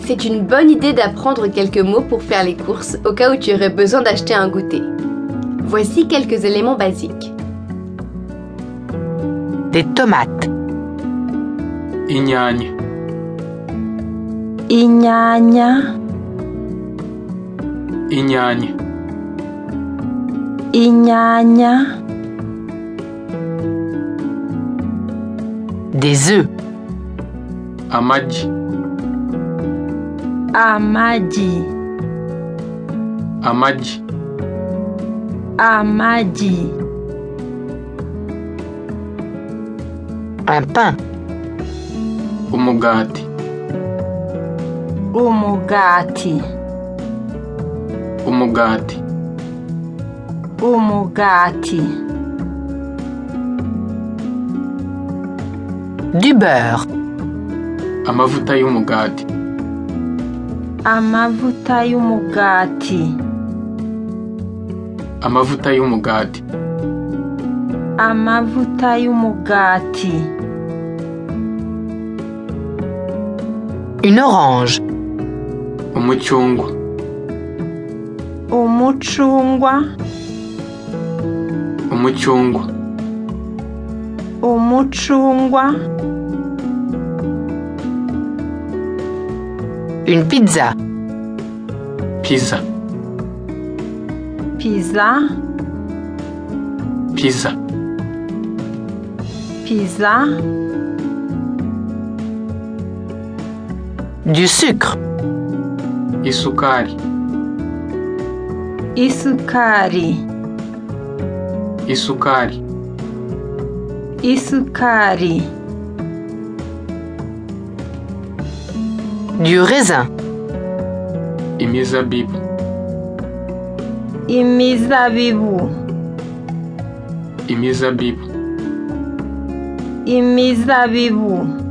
C'est une bonne idée d'apprendre quelques mots pour faire les courses au cas où tu aurais besoin d'acheter un goûter. Voici quelques éléments basiques. des tomates, Ignagne, Ignagna, Ignagne, ignagna, des œufs, Amadi, amadi, Amadi, amadi, un pain, Umugati, umugati, Umugati, umugati, du beurre, Amavuta y'umugati, amavuta y'umugati, Amavuta y'umugati, amavuta y'umugati, une orange, Umucungwa, umucungwa, Umucungwa, umucungwa, une pizza, Pizza, pizza, Pizza, pizza, du sucre, Isukari, isukari, Isukari, isukari, du raisin, Imizabibu, imizabibu, Imizabibu, imizabibu,